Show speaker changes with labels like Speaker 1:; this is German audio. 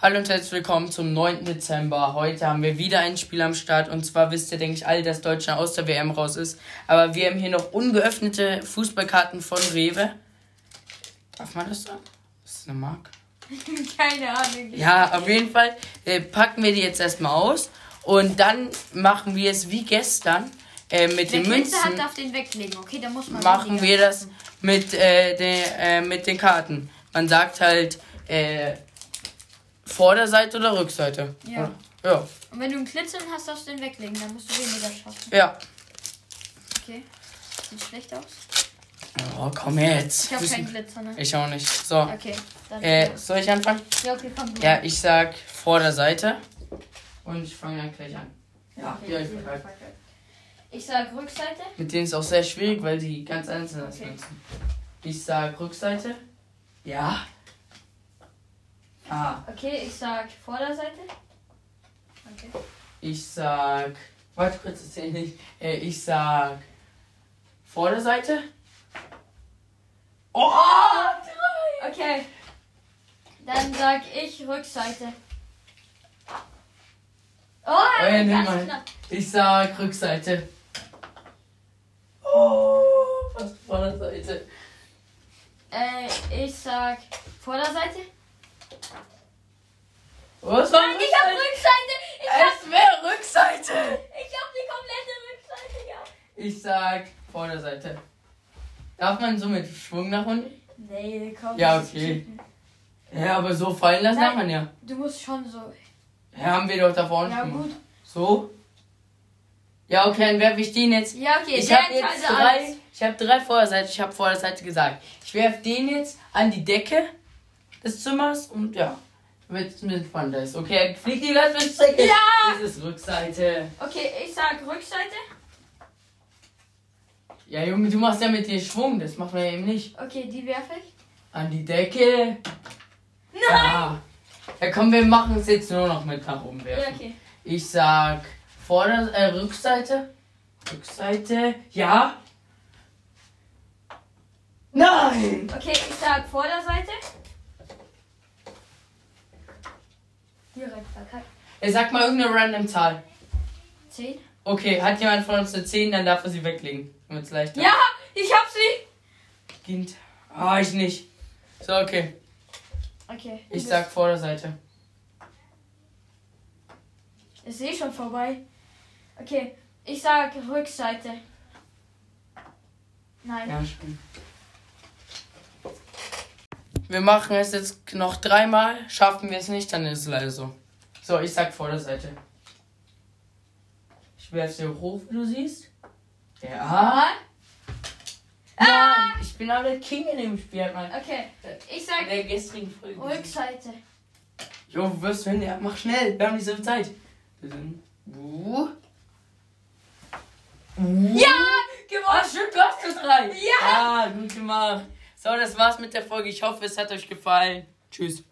Speaker 1: Hallo und herzlich willkommen zum 9. Dezember. Heute haben wir wieder ein Spiel am Start und zwar wisst ihr, denke ich, alle, dass Deutschland aus der WM raus ist. Aber wir haben hier noch ungeöffnete Fußballkarten von Rewe. Darf man das sagen? Ist das eine Marke?
Speaker 2: Keine Ahnung.
Speaker 1: Ja, auf jeden Fall äh, packen wir die jetzt erstmal aus und dann machen wir es wie gestern äh, mit
Speaker 2: Wer
Speaker 1: den
Speaker 2: Münze hat,
Speaker 1: Münzen.
Speaker 2: darf den weglegen. Okay, da muss man.
Speaker 1: machen
Speaker 2: weniger
Speaker 1: wir das
Speaker 2: machen.
Speaker 1: mit, äh, den, äh, mit den Karten. Man sagt halt äh, Vorderseite oder Rückseite.
Speaker 2: Ja.
Speaker 1: Ja.
Speaker 2: Und wenn du einen Klitzern hast, darfst du den weglegen. Dann musst du weniger schaffen.
Speaker 1: ja.
Speaker 2: Okay. Sieht schlecht aus.
Speaker 1: Oh, komm jetzt.
Speaker 2: Ich habe keinen Glitzer, ne?
Speaker 1: Ich auch nicht. So.
Speaker 2: Okay. Dann
Speaker 1: Äh, soll ich anfangen?
Speaker 2: ja, okay, komm. du.
Speaker 1: Ja, ich sag Vorderseite. Und ich fange dann gleich an. Ja,
Speaker 2: Okay,
Speaker 1: ja, ich
Speaker 2: ich,
Speaker 1: bin halt- bereit.
Speaker 2: ich sag Rückseite.
Speaker 1: Mit denen ist auch sehr schwierig, weil die ganz einzeln das
Speaker 2: Okay.
Speaker 1: nutzen. Ich sag Rückseite. Ja. Ah,
Speaker 2: Okay, ich sag Vorderseite. Okay.
Speaker 1: ich sag. Warte kurz, das zählt nicht. Äh, ich sag. Vorderseite. Oh! Drei!
Speaker 2: Okay. Dann sag ich Rückseite. Oh,
Speaker 1: Ey, nimm
Speaker 2: ganz
Speaker 1: mal.
Speaker 2: knapp.
Speaker 1: Ich sag Rückseite. Oh, fast Vorderseite.
Speaker 2: Äh, ich sag Vorderseite.
Speaker 1: Was war
Speaker 2: Nein, ich hab Rückseite. Ich hab,
Speaker 1: Es wäre Rückseite.
Speaker 2: ich hab die komplette Rückseite gehabt.
Speaker 1: Ich sag Vorderseite. Darf man so mit Schwung nach unten?
Speaker 2: Nee, komm.
Speaker 1: Ja,
Speaker 2: das ist
Speaker 1: okay.
Speaker 2: cheaten.
Speaker 1: Ja, aber so fallen lassen
Speaker 2: Nein.
Speaker 1: darf man ja.
Speaker 2: Du musst schon so.
Speaker 1: ja. Haben wir doch da vorne
Speaker 2: Ja,
Speaker 1: schon.
Speaker 2: gut.
Speaker 1: So. Ja, okay, dann werfe ich den jetzt.
Speaker 2: Ja, okay.
Speaker 1: Ich
Speaker 2: der
Speaker 1: habe jetzt
Speaker 2: entscheidet
Speaker 1: drei.
Speaker 2: also alles.
Speaker 1: Ich habe drei Vorderseite. Ich habe Vorderseite gesagt. Ich werfe den jetzt an die Decke des Zimmers und ja. Damit es mit Panda ist. Okay, er fliegt die ganze Strecke.
Speaker 2: Ja!
Speaker 1: Das ist Rückseite.
Speaker 2: Okay, ich sag Rückseite.
Speaker 1: Ja, Junge, du machst ja mit dir Schwung. Das macht man ja eben nicht.
Speaker 2: Okay, die werfe ich.
Speaker 1: An die Decke.
Speaker 2: Nein!
Speaker 1: Ja. ja, komm, wir machen es jetzt nur noch mit nach oben
Speaker 2: Ja,
Speaker 1: werfen.
Speaker 2: okay.
Speaker 1: Ich sag Vorder-, äh, Rückseite. Rückseite. Ja. Nein!
Speaker 2: Okay, ich sag Vorderseite. Direkt verkackt.
Speaker 1: Er sagt mal irgendeine random Zahl.
Speaker 2: Zehn.
Speaker 1: Okay, hat jemand von uns eine 10, dann darf er sie weglegen. Damit es leichter
Speaker 2: Ja, ich hab sie.
Speaker 1: geht. Ah, ich nicht. So, okay.
Speaker 2: Okay.
Speaker 1: Ich sag Vorderseite.
Speaker 2: Es ist eh schon vorbei. Okay, ich sag Rückseite. Nein.
Speaker 1: Ja, stimmt. Wir machen es jetzt noch dreimal. Schaffen wir es nicht, dann ist es leider so. So, ich sag Vorderseite. Ich werfe sie hoch, wie du siehst. Ja.
Speaker 2: Nein?
Speaker 1: Nein, ich bin aber der King in dem Spiel, hat man
Speaker 2: Okay, ich
Speaker 1: in
Speaker 2: sag
Speaker 1: der gestrigen Folge. gesehen.
Speaker 2: Äh, Rückseite.
Speaker 1: Jo, wo wirst du hin? Ja, mach schnell, wir haben nicht so viel Zeit. Wir sind. Uh. Uh.
Speaker 2: Ja,
Speaker 1: Ah,
Speaker 2: gewonnen.
Speaker 1: schön, du hast es rein.
Speaker 2: Ja.
Speaker 1: Ah, gut gemacht. So, das war's mit der Folge. Ich hoffe, es hat euch gefallen. Tschüss.